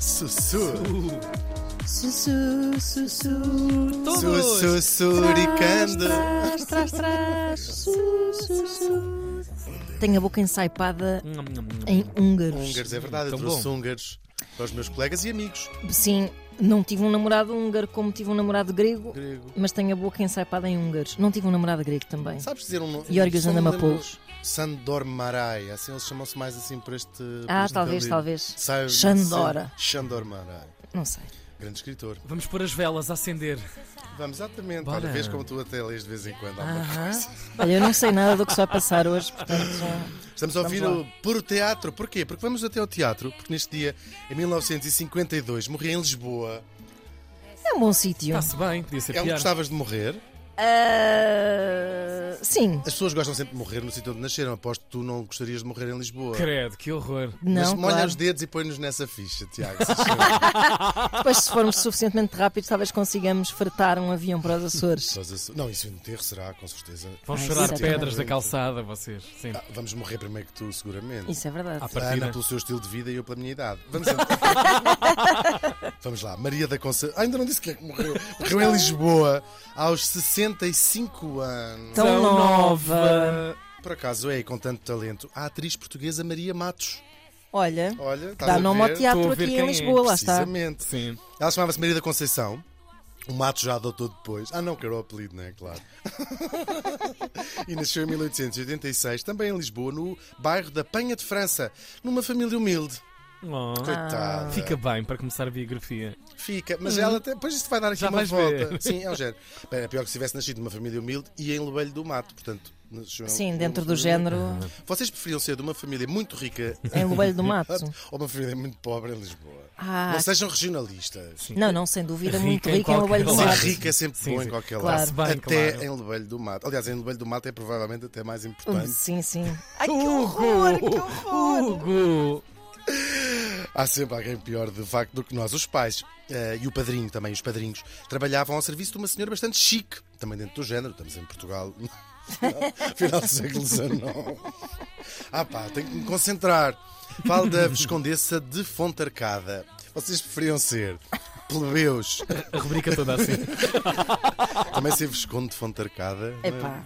Sussu. Sussu, sussu. Sussuricando. Trás, trás, trás. Su, su, su. Tenho a boca ensaipada em húngaros. Húngaros, é verdade, eu Tão trouxe bom. húngaros para os meus colegas e amigos. Sim, não tive um namorado húngaro como tive um namorado grego, Grego. mas tenho a boca ensaipada em húngaros. Não tive um namorado grego também. Sabes dizer um nome? Iorgos Só me lembro- Andamapoulos. Sandor Marai, assim eles chamam-se mais assim por este. por Ah, este talvez, apelido. talvez. Sai- Xandora. Sa- Xandor Marai, Não sei. grande escritor. Vamos pôr as velas a acender. Vamos, exatamente. Bora. Olha, vês como tu até lês de vez em Ah, quando. alguma coisa. Olha, eu não sei nada do que se vai passar hoje, portanto já. Estamos a ouvir Vamos o Por Teatro. Porquê? Porque vamos até ao teatro, porque neste dia, em 1952, morri em Lisboa. É um bom sítio. Está-se bem, podia ser É onde pior. gostavas de morrer. Ah, sim, As pessoas gostam sempre de morrer no sítio onde nasceram. Aposto que tu não gostarias de morrer em Lisboa. Credo, que horror. Mas não, molha claro. os dedos e põe-nos nessa ficha, Tiago. se chama. Depois, se formos suficientemente rápidos, talvez consigamos fretar um avião para os Açores. Nós ass- não, isso enterro será, com certeza. é Vão Ah, chorar exatamente. pedras da calçada, vocês. Sim. Ah, Vamos morrer primeiro que tu, seguramente. Isso é verdade. À A Ana partida. pelo seu estilo de vida e eu pela minha idade. Vamos, a- Vamos lá, Maria da Conceição. Ah, ainda não disse quem é que morreu. Morreu em Lisboa aos 65 anos. Tão nova. Por acaso é, com tanto talento, a atriz portuguesa Maria Matos. Olha, Olha, estás dá Tá a nome ao ver? Estou teatro a ver aqui quem em é. Lisboa, lá está. Precisamente. Sim. Ela chamava-se Maria da Conceição. O Matos já adotou depois. Ah, não, que era o apelido, não é? Claro. e nasceu em 1886, também em Lisboa, no bairro da Penha de França, numa família humilde. Oh. Ah. Coitada. Fica bem para começar a biografia. Fica, mas Uhum. ela até. Depois isto vai dar aqui Já uma vais volta. ver. Sim, é o género. Bem, é pior que se tivesse nascido numa família humilde e em Lebelho do Mato, portanto. nasceu Sim, numa dentro do família- género, Vocês preferiam ser de uma família muito rica em Lobelho do Mato. ou uma família muito pobre em Lisboa? Ah, Não sejam regionalistas. não, não, sem dúvida, Rica muito em rico em Lobelho do Ser qualquer Claro. Mato. rica é sempre Sim, bom sim. em qualquer Claro. lado. Está-se bem, até claro. em Lebelho do Mato. Aliás, em Lebelho do Mato é provavelmente até mais Hum, Uhum. importante. Sim, sim. Ai, que Uh! horror, que Hugo! horror. Hugo! Há sempre alguém pior, de facto, do que nós, os pais. Eh, e o padrinho também, os padrinhos, trabalhavam ao serviço de uma senhora bastante chique, também dentro do género, estamos em Portugal, final do século XIX. Ah pá, tenho que me concentrar. Falo da Viscondessa de Fontarcada. Vocês preferiam ser plebeus, A rubrica toda assim. também ser Visconde de Fontarcada? não é? Epá,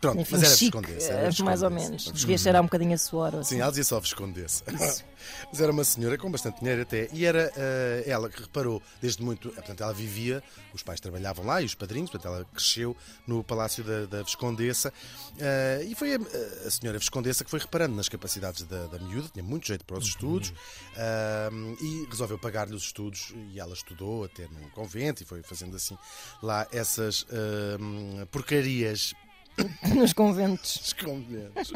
Pronto, enfim, mas era um chique, Viscondessa. era eh, mais ou Viscondessa. menos. Devia cheirar um bocadinho a suor. ou Sim, Assim. ela dizia só escondesse. Mas era uma senhora com bastante dinheiro até. E era eh, ela que reparou desde muito. eh, Portanto, ela vivia, os pais trabalhavam lá e os padrinhos, portanto, ela cresceu no palácio da, da Viscondessa. Eh, e foi a, a senhora Viscondessa que foi reparando nas capacidades da, da miúda, tinha muito jeito para os estudos ah, e resolveu pagar-lhe os estudos. E ela estudou até num convento e foi fazendo assim lá essas ah, porcarias Nos conventos. esses convenientes.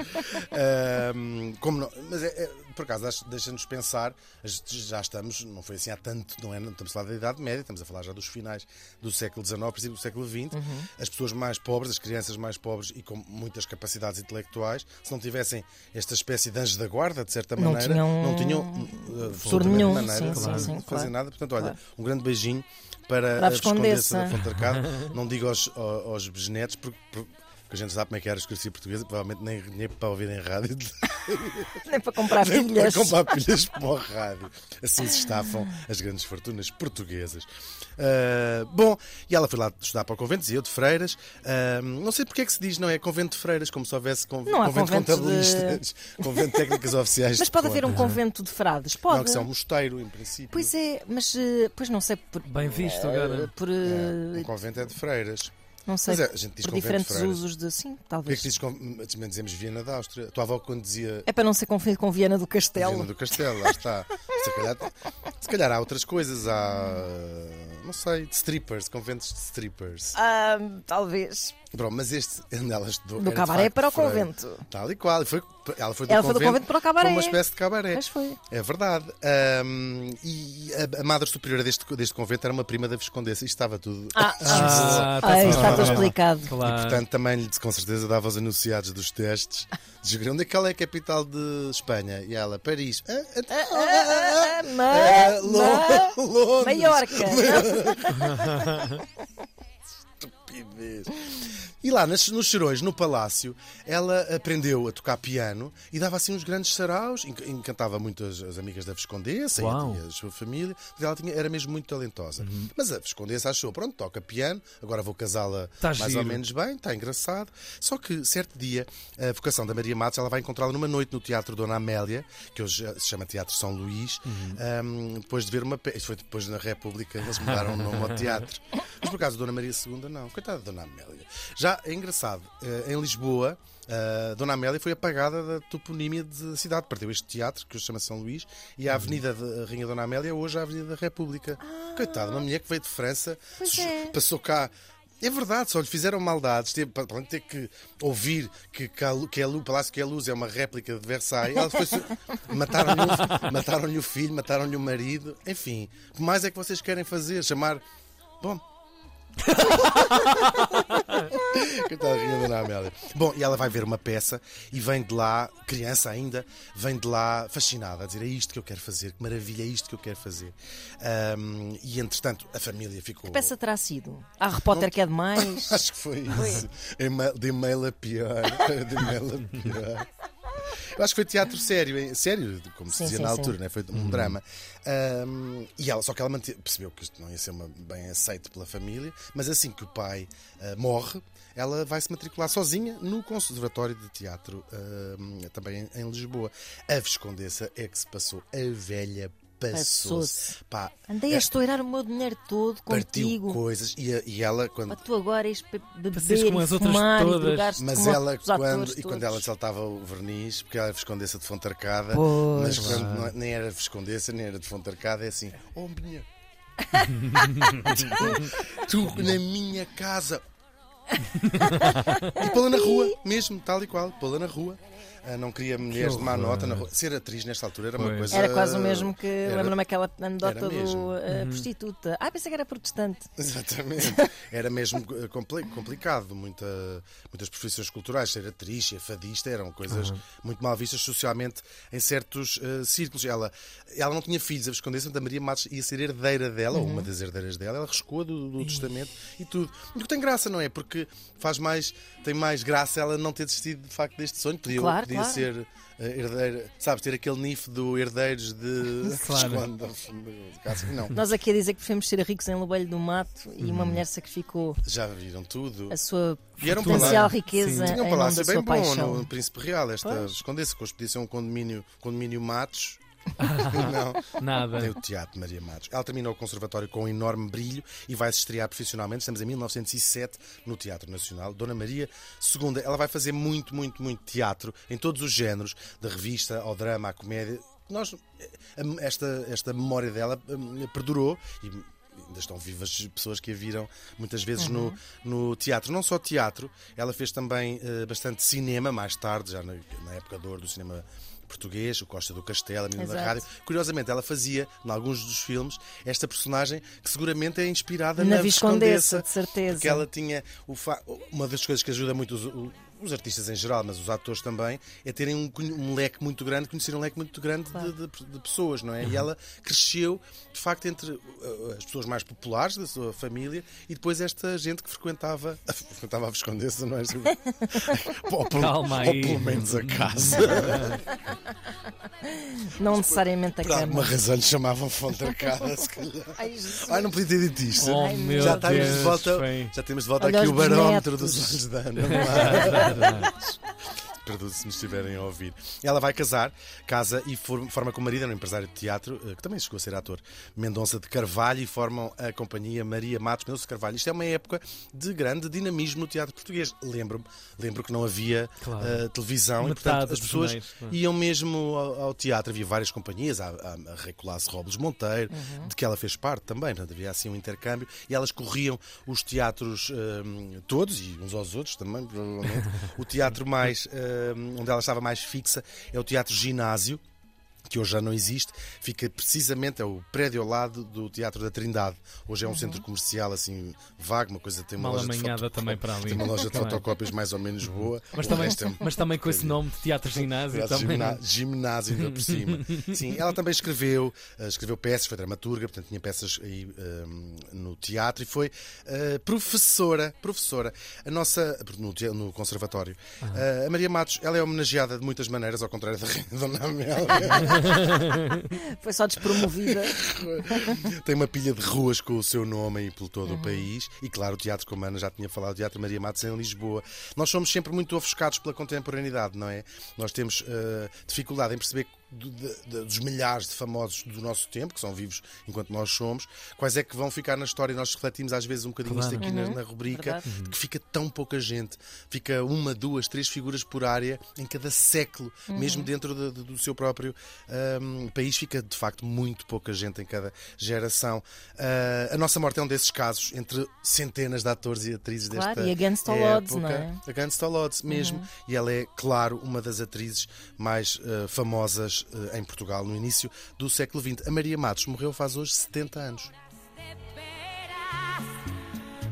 Ahm, como não- mas é- é- por acaso, acho- deixa-nos pensar, as- já estamos, não foi assim há tanto, não é? Não estamos a falar da Idade Média, estamos a falar já dos finais do século XIX, princípio do século XX. Uhum. As pessoas mais pobres, as crianças mais pobres e com muitas capacidades intelectuais, se não tivessem esta espécie de anjo da guarda, de certa Não maneira, tinham não tinham hum, uh, absolutamente nenhum, maneira sim, de sim, sim, fazer claro. nada. Portanto, olha, Claro. um grande beijinho para, Para a a Viscondessa da Viscondessa. Fontarcada. não digo aos, aos, aos bisnetos, porque, porque a gente sabe como é que era a escracia portuguesa, provavelmente nem dinheiro para ouvir em rádio, Nem para comprar nem filhas. para comprar pilhas para o rádio. Assim se estafam as grandes fortunas portuguesas. Ah, bom, e ela foi lá estudar para o convento, dizia eu, de freiras. Ah, não sei porque é que se diz, não é? Convento de freiras, como se houvesse con- Não há convento de conventos de- contabilistas, convento de técnicas oficiais. Mas de pode haver um contas. convento de frades? Não, Pode. que isso é um mosteiro, em princípio. Pois é, mas eh, pois não sei por. Bem visto eh, agora. Por, É, eh, um convento é de freiras. não sei, Mas é, a gente diz convento por de diferentes freiras. usos de. Sim, Porquê é talvez. que dizes, con- também dizemos Viena da Áustria? A tua avó quando dizia É para não ser confundido com Viena Viana do Castelo. do Castelo, lá está. Se calhar, se calhar há outras coisas, há. Não sei, de strippers, conventos de strippers. Ah, talvez. Pronto, mas este, onde ela estudou. Do era de cabaré facto para o freira. convento. Tal e qual. E Foi, ela foi do, Ela foi do convento, convento para o cabaré. uma espécie de cabaré. Mas foi. É verdade. Ahm, e a, a madre superiora deste, deste convento era uma prima da Viscondessa. Isto estava tudo. Ah, Ah, tá Ai, tudo está tudo bem. explicado. Claro. Portanto, também lhe com certeza dava os enunciados dos testes. Descobri onde é que ela é a capital de Espanha? E ela, Paris. Ah, ah, ah, ah, ah, Ah, ah, mas- Lon- Londres. Maiorca. Estupidez. E lá nas- nos Cheirões, no Palácio, ela aprendeu a tocar piano e dava assim uns grandes saraus, enc- encantava muito as, as amigas da Viscondessa e Uau. Uhum. a, a sua família, porque ela tinha- era mesmo muito talentosa. Mas a Viscondessa achou, pronto, toca piano, agora vou casá-la Tá mais ou giro. menos bem, está engraçado. Só que certo dia, a vocação da Maria Matos, ela vai encontrá-la numa noite no Teatro Dona Amélia, que hoje eh, se chama Teatro São Luís, Uhum. ahm, depois de ver uma peça. Foi depois na República, eles mudaram o nome ao teatro. Mas por acaso, Dona Maria II, não. Coitada da Dona Amélia. Já é engraçado, eh, em Lisboa. eh, Dona Amélia foi apagada da toponímia de cidade, perdeu este teatro que hoje se chama São Luís e Uhum. a Avenida da Rainha Dona Amélia é hoje a Avenida da República. Coitada, uma mulher que veio de França, Ah. Pois suje- é. passou cá. É verdade, só lhe fizeram maldades. Teve, para além de ter que ouvir que, que, a, Lu- que a Lu- o Palácio que é a Luz é uma réplica de Versailles, ela foi su- mataram-lhe o, mataram-lhe o filho, mataram-lhe o marido. Enfim, o que mais é que vocês querem fazer? Chamar. Bom. Coitada da Dona Amélia. Bom, e ela vai ver uma peça e vem de lá, criança ainda, vem de lá fascinada, a dizer: é isto que eu quero fazer, que maravilha, é isto que eu quero fazer. Ahm, e entretanto, a família ficou. Que peça terá sido? Há repórter que é demais. Acho que foi isso. Ema- De mail a pior. De mail a pior. Eu acho que foi teatro sério, hein? sério, de- como se Sim, dizia sim, na sim. altura, né? foi um drama. Ahm, e ela, só que ela mante- percebeu que isto não ia ser uma- bem aceito pela família, mas assim que o pai ah, morre, ela vai se matricular sozinha no Conservatório de Teatro, ahm, também em, em Lisboa. A Viscondessa é que se passou, a velha passou-se. Passou-se. Pá, Andei a estourar o meu dinheiro todo É. partiu contigo. coisas e, a- e ela, quando Para tu agora ires be- Vocês beber com e as outras fumar e todas. drogar-te Mas como ela, os atores quando, e quando todos. ela saltava o verniz, porque ela escondesse de fonte arcada, Pois. mas quando não- é- nem era escondesse, nem era de fonte arcada, é assim: Oh, minha. tu, tu na minha casa. e pô-la na rua, mesmo, tal e qual, pô-la na rua. Ah, não queria mulheres de má horror. nota na rua. Ser atriz nesta altura era uma Pois. coisa. Era quase o mesmo que. Ah, era- Lembro-me aquela anedota era mesmo. Uhum. Hum. do eh, prostituta. Ah, pensei que era protestante. Exatamente. Era mesmo eh, compli- complicado. Muita- muitas profissões culturais, ser atriz, ser fadista, eram coisas muito mal vistas socialmente em certos eh, círculos. Ela, ela não tinha filhos, a Viscondessa da Maria Matos ia ser herdeira dela, ou uma Uhum. das herdeiras dela, ela rescoa do, do testamento e tudo. O que tem graça, não é? Porque faz mais, tem mais graça ela não ter desistido de facto deste sonho. Podia, Claro, podia claro. ser eh, herdeira, sabes, ter aquele nif do herdeiros de. Claro. Esconda, de casa. Não, Nós aqui a dizer que preferimos ser ricos em Lobelho do Mato e Uhum. uma mulher sacrificou já viram tudo. a sua E era um potencial palácio. riqueza Sim. Tinha um em nome palácio da bem sua bom paixão. no Príncipe Real, esta escondesse que hoje podia ser um condomínio, condomínio Matos. não, tem Nada. o Teatro Maria Matos. Ela terminou o conservatório com um enorme brilho e vai se estrear profissionalmente. Estamos em 1907 no Teatro Nacional. Dona Maria II, ela vai fazer muito, muito, muito teatro em todos os géneros, da revista ao drama à comédia. Nós, eh, esta, esta memória dela eh, perdurou e ainda estão vivas pessoas que a viram muitas vezes no, no teatro. Não só teatro, ela fez também eh, bastante cinema mais tarde, já na, na época de ouro do cinema português, o Costa do Castelo, a menina da Exato. rádio. Curiosamente, ela fazia, em alguns dos filmes, esta personagem que seguramente é inspirada Na na Viscondessa, Viscondessa. de certeza. Porque ela tinha o fa- uma das coisas que ajuda muito os, o- os artistas em geral, mas os atores também, é terem um, conhe- um leque muito grande, conhecer um leque muito grande de, de- de pessoas, não é? E ela cresceu, de facto, entre uh, as pessoas mais populares da sua família e depois esta gente que frequentava, frequentava a Viscondessa, não é? ou, pelo, Calma ou aí. é pelo menos a casa. Não necessariamente a Por alguma cama. razão lhe chamavam Fontarcada, se calhar. Ai, Jesus. Ai, não podia ter dito isto. Oh, Ai, meu já, Deus. estamos de volta, bem. já temos de volta Olha aqui os o barómetro netos. dos olhos da Ana. Mar. Perdoe se me estiverem a ouvir. Ela vai casar, casa e for- forma com o marido, era um empresário de teatro, eh, que também chegou a ser ator, Mendonça de Carvalho, e formam a companhia Maria Matos Mendonça de Carvalho. Isto é uma época de grande dinamismo no teatro português. Lembro-me, lembro que não havia Claro. eh, televisão e, Metade portanto, as dos pessoas jornais, não é? iam mesmo ao, ao teatro. Havia várias companhias, a, a, a Recolasse Robles Monteiro, de que ela fez parte também. Portanto, havia assim um intercâmbio e elas corriam os teatros hum, todos e uns aos outros também, provavelmente. o teatro mais, hum, onde ela estava mais fixa é o Teatro Ginásio que hoje já não existe, fica precisamente, é o prédio ao lado do Teatro da Trindade. Hoje é um centro comercial assim vago, uma coisa tem uma Mal loja de amanhada foto- também para ali. Tem uma loja de Também. Uhum. fotocópias mais ou menos boa. Mas O também, resto é um mas também com esse nome de teatro ginásio. Aliás, Também. gimna- Ginásio ainda por cima. Sim, ela também escreveu, eh, escreveu peças, foi dramaturga, portanto tinha peças aí ehm, no teatro e foi eh, professora, professora. A nossa, no, te- no conservatório. Eh, a Maria Matos, ela é homenageada de muitas maneiras, ao contrário da Dona Amélia. Foi só despromovida. Tem uma pilha de ruas com o seu nome aí por todo o país. E claro, o Teatro Comana, já tinha falado, o Teatro Maria Matos é em Lisboa. Nós somos sempre muito ofuscados pela contemporaneidade, não é? Nós temos eh, dificuldade em perceber do- de- de- dos milhares de famosos do nosso tempo, que são vivos enquanto nós somos, quais é que vão ficar na história. E nós refletimos às vezes um bocadinho Claro. isto aqui na, na rubrica, Verdade. de que fica tão pouca gente. Fica uma, duas, três figuras por área em cada século, Uhum. mesmo dentro de- de- do seu próprio ahm, país, fica de facto muito pouca gente em cada geração. Ah, a nossa morte é um desses casos, entre centenas de atores e atrizes Claro, desta e Against All época. Odds, não é? Uhum. Against All Odds mesmo. E ela é, claro, uma das atrizes mais eh, famosas eh, em Portugal no início do século XX. A Maria Matos morreu faz hoje 70 anos. de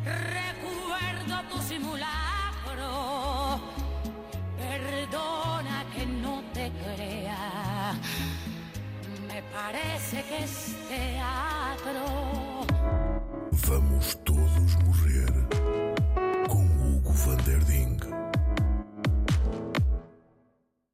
peras. Recuerdo tu simulacro. Perdona que no te crea. Me parece que este